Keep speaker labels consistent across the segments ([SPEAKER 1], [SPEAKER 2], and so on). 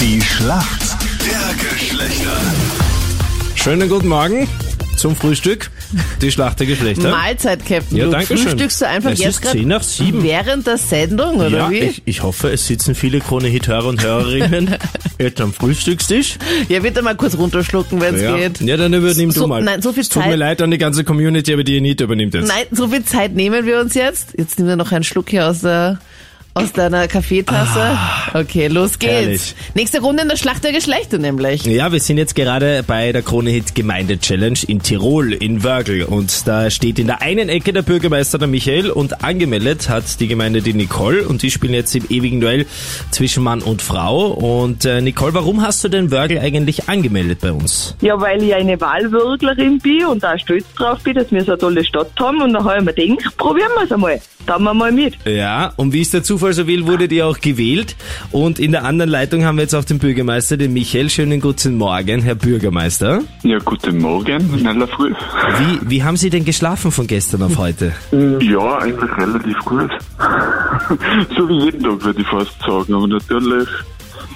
[SPEAKER 1] Die Schlacht der Geschlechter.
[SPEAKER 2] Schönen guten Morgen zum Frühstück. Die Schlacht der Geschlechter.
[SPEAKER 3] Mahlzeit, Captain
[SPEAKER 2] Ja,
[SPEAKER 3] Luke.
[SPEAKER 2] danke schön.
[SPEAKER 3] Frühstückst du einfach
[SPEAKER 2] Es
[SPEAKER 3] jetzt
[SPEAKER 2] ist
[SPEAKER 3] gerade
[SPEAKER 2] 10 nach sieben.
[SPEAKER 3] während der Sendung, oder
[SPEAKER 2] ja,
[SPEAKER 3] wie?
[SPEAKER 2] ich, ich hoffe, es sitzen viele Krone-Hit-Hörer und Hörerinnen jetzt am Frühstückstisch.
[SPEAKER 3] ja, bitte mal kurz runterschlucken, wenn es
[SPEAKER 2] Ja.
[SPEAKER 3] geht.
[SPEAKER 2] ja, dann übernimm
[SPEAKER 3] So-
[SPEAKER 2] du mal.
[SPEAKER 3] nein, so viel
[SPEAKER 2] es tut mir
[SPEAKER 3] Zeit-
[SPEAKER 2] leid an die ganze Community, aber die Anita übernimmt jetzt.
[SPEAKER 3] Nein, so viel Zeit nehmen wir uns jetzt. Jetzt nehmen wir noch einen Schluck hier aus der aus deiner Kaffeetasse. okay, los
[SPEAKER 2] Ah,
[SPEAKER 3] geht's.
[SPEAKER 2] herrlich.
[SPEAKER 3] Nächste Runde in der Schlacht der Geschlechter nämlich.
[SPEAKER 2] Ja, wir sind jetzt gerade bei der Krone-Hit Gemeinde-Challenge in Tirol, in Wörgl. Und da steht in der einen Ecke der Bürgermeister der Michael und angemeldet hat die Gemeinde die Nicole. Und die spielen jetzt im ewigen Duell zwischen Mann und Frau. Und äh, Nicole, warum hast du den Wörgl eigentlich angemeldet bei uns?
[SPEAKER 4] Ja, weil ich eine Wahlwürglerin bin und auch stolz drauf bin, dass wir so eine tolle Stadt haben. Und dann habe ich mir gedacht, probieren wir es einmal. Tun wir mal mit.
[SPEAKER 2] Ja, und wie es der Zufall so will, wurde die auch gewählt. Und in der anderen Leitung haben wir jetzt auch den Bürgermeister, den Michael. Schönen guten Morgen, Herr Bürgermeister.
[SPEAKER 5] Ja, guten Morgen, in aller Früh.
[SPEAKER 2] Wie, wie haben Sie denn geschlafen von gestern auf heute?
[SPEAKER 5] Ja, eigentlich relativ gut. so wie jeden Tag, würde ich fast sagen. Aber natürlich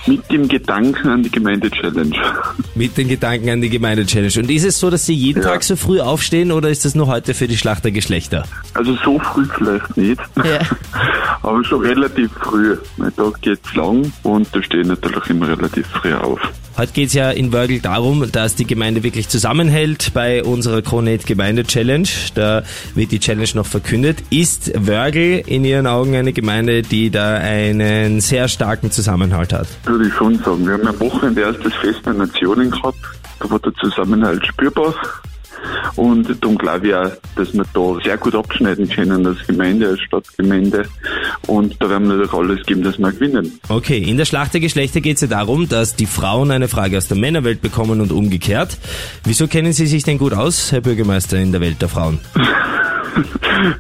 [SPEAKER 5] mit dem Gedanken an die Gemeinde-Challenge.
[SPEAKER 2] Mit den Gedanken an die Gemeinde-Challenge. Und ist es so, dass Sie jeden
[SPEAKER 5] Ja.
[SPEAKER 2] Tag so früh aufstehen oder ist das nur heute für die Schlacht der Geschlechter?
[SPEAKER 5] Also so früh vielleicht nicht,
[SPEAKER 3] Ja.
[SPEAKER 5] aber schon relativ früh. Mein Tag geht's lang und da stehe ich natürlich immer relativ früh auf.
[SPEAKER 2] Heute geht's ja in Wörgl darum, dass die Gemeinde wirklich zusammenhält bei unserer Kronet Gemeinde Challenge. Da wird die Challenge noch verkündet. Ist Wörgl in Ihren Augen eine Gemeinde, die da einen sehr starken Zusammenhalt hat?
[SPEAKER 5] Würde ich schon sagen. Wir haben am Wochenende erst das Fest der Nationen gehabt. Da war der Zusammenhalt spürbar. Und darum glaube ich auch, dass wir da sehr gut abschneiden können als Gemeinde, als Stadtgemeinde. Und da werden wir natürlich alles geben, dass wir gewinnen.
[SPEAKER 2] Okay, in der Schlacht der Geschlechter geht's ja darum, dass die Frauen eine Frage aus der Männerwelt bekommen und umgekehrt. Wieso kennen Sie sich denn gut aus, Herr Bürgermeister, in der Welt der Frauen?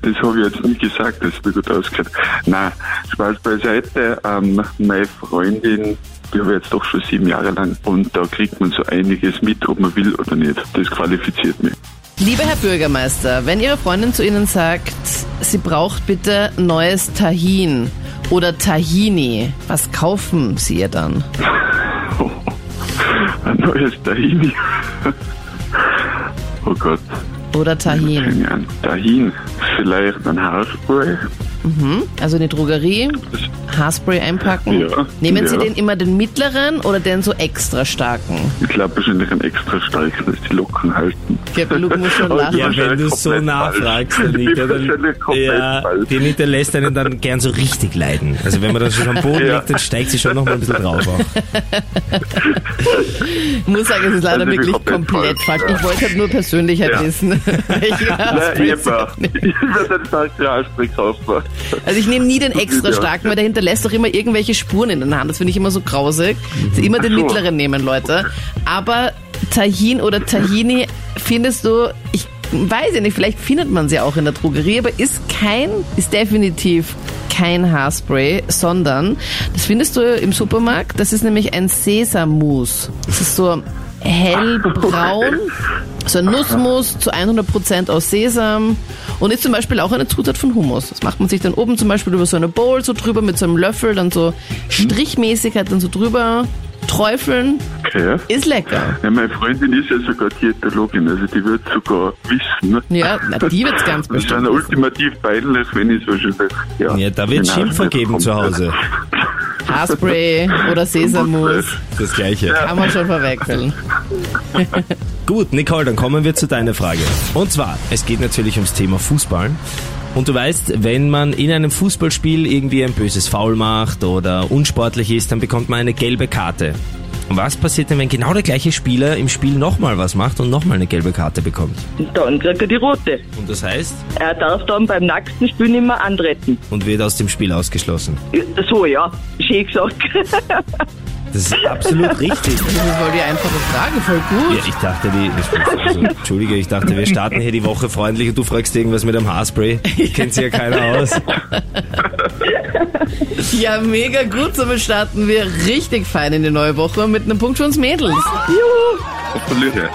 [SPEAKER 5] Das habe ich jetzt nicht gesagt, das ist mir gut ausgehört. Nein, Spaß beiseite. Ähm, meine Freundin, die habe ich jetzt doch schon sieben Jahre lang. Und da kriegt man so einiges mit, ob man will oder nicht. Das qualifiziert mich.
[SPEAKER 3] Lieber Herr Bürgermeister, wenn Ihre Freundin zu Ihnen sagt, sie braucht bitte neues Tahin oder Tahini, was kaufen Sie ihr dann?
[SPEAKER 5] Ein neues Tahini. Oh Gott,
[SPEAKER 3] Oder Tahin?
[SPEAKER 5] fängt an. Dahin. Vielleicht ein Oh, Haarspray.
[SPEAKER 3] Also in die Drogerie, Haarspray einpacken.
[SPEAKER 5] Ja,
[SPEAKER 3] Nehmen Sie
[SPEAKER 5] ja.
[SPEAKER 3] den immer den mittleren oder den so extra starken?
[SPEAKER 5] Ich glaube wahrscheinlich ein extra stark, dass die Locken halten.
[SPEAKER 3] Captain Luke muss schon
[SPEAKER 5] Aber
[SPEAKER 3] lachen.
[SPEAKER 5] ich
[SPEAKER 2] Ja,
[SPEAKER 5] bin
[SPEAKER 2] wenn du
[SPEAKER 5] wahrscheinlich
[SPEAKER 2] so
[SPEAKER 5] komplett
[SPEAKER 2] nachfragst,
[SPEAKER 5] falsch. Ich
[SPEAKER 2] Anita,
[SPEAKER 5] bin
[SPEAKER 2] dann,
[SPEAKER 5] wahrscheinlich komplett
[SPEAKER 2] ja,
[SPEAKER 5] falsch.
[SPEAKER 2] die Anita lässt einen dann gern so richtig leiden. Also wenn man dann schon am Boden
[SPEAKER 5] Ja.
[SPEAKER 2] liegt, dann steigt sie schon noch mal ein bisschen drauf. Auch.
[SPEAKER 3] Ich muss sagen, es ist leider
[SPEAKER 5] Also die
[SPEAKER 3] wirklich
[SPEAKER 5] komplett
[SPEAKER 3] komplett
[SPEAKER 5] falsch,
[SPEAKER 3] falsch.
[SPEAKER 5] ja.
[SPEAKER 3] Ich wollte halt nur persönlich halt
[SPEAKER 5] Ja.
[SPEAKER 3] wissen. welcher
[SPEAKER 5] Na,
[SPEAKER 3] Haarspray
[SPEAKER 5] ich war.
[SPEAKER 3] sie-
[SPEAKER 5] Ich werde den starken Haarspray kaufen.
[SPEAKER 3] Also ich nehme nie den extra
[SPEAKER 5] Ja.
[SPEAKER 3] starken, weil der hinterlässt doch immer irgendwelche Spuren in den Haaren. Das finde ich immer so grausig. Immer den
[SPEAKER 5] Mhm. Ach so.
[SPEAKER 3] mittleren nehmen, Leute. Aber Tahin oder Tahini findest du, ich weiß ja nicht, vielleicht findet man sie auch in der Drogerie, aber ist kein, ist definitiv kein Haarspray, sondern das findest du im Supermarkt, das ist nämlich ein Sesammus. Das ist so hellbraun, so ein Nussmus zu 100% aus Sesam und ist zum Beispiel auch eine Zutat von Hummus. Das macht man sich dann oben zum Beispiel über so eine Bowl so drüber mit so einem Löffel, dann so strichmäßig halt dann so drüber träufeln.
[SPEAKER 5] Okay.
[SPEAKER 3] Ist lecker.
[SPEAKER 5] Ja, meine Freundin ist ja sogar Diätologin, also die wird sogar wissen.
[SPEAKER 3] Ja, na, die wird's ganz
[SPEAKER 5] Das
[SPEAKER 3] bestimmt
[SPEAKER 5] wäre ultimativ peinlich, wenn ich so schön ja,
[SPEAKER 2] Ja, da wird
[SPEAKER 5] den
[SPEAKER 2] Schimpf
[SPEAKER 5] Haarspray
[SPEAKER 2] vergeben
[SPEAKER 5] bekommt.
[SPEAKER 2] zu Hause.
[SPEAKER 3] Haarspray oder Sesammus
[SPEAKER 2] Das Gleiche.
[SPEAKER 3] kann man schon verwechseln.
[SPEAKER 2] Gut, Nicole, dann kommen wir zu deiner Frage. Und zwar, es geht natürlich ums Thema Fußball. Und du weißt, wenn man in einem Fußballspiel irgendwie ein böses Foul macht oder unsportlich ist, dann bekommt man eine gelbe Karte. Und was passiert denn, wenn genau der gleiche Spieler im Spiel nochmal was macht und nochmal eine gelbe Karte bekommt?
[SPEAKER 4] Und dann kriegt er die rote.
[SPEAKER 2] Und das heißt?
[SPEAKER 4] Er darf dann beim nächsten Spiel nicht mehr antreten.
[SPEAKER 2] und wird aus dem Spiel ausgeschlossen.
[SPEAKER 4] Ja, So, ja. Schön gesagt.
[SPEAKER 2] Das ist absolut richtig.
[SPEAKER 3] Das ist wohl die einfache Frage, voll gut.
[SPEAKER 2] Ja, ich dachte, die, also, Entschuldige, ich dachte, wir starten hier die Woche freundlich und du fragst irgendwas mit einem Haarspray. Kennt sich ja keiner aus.
[SPEAKER 3] Ja, mega gut. Somit starten wir richtig fein in die neue Woche mit einem Punkt für uns Mädels.
[SPEAKER 5] Verliere.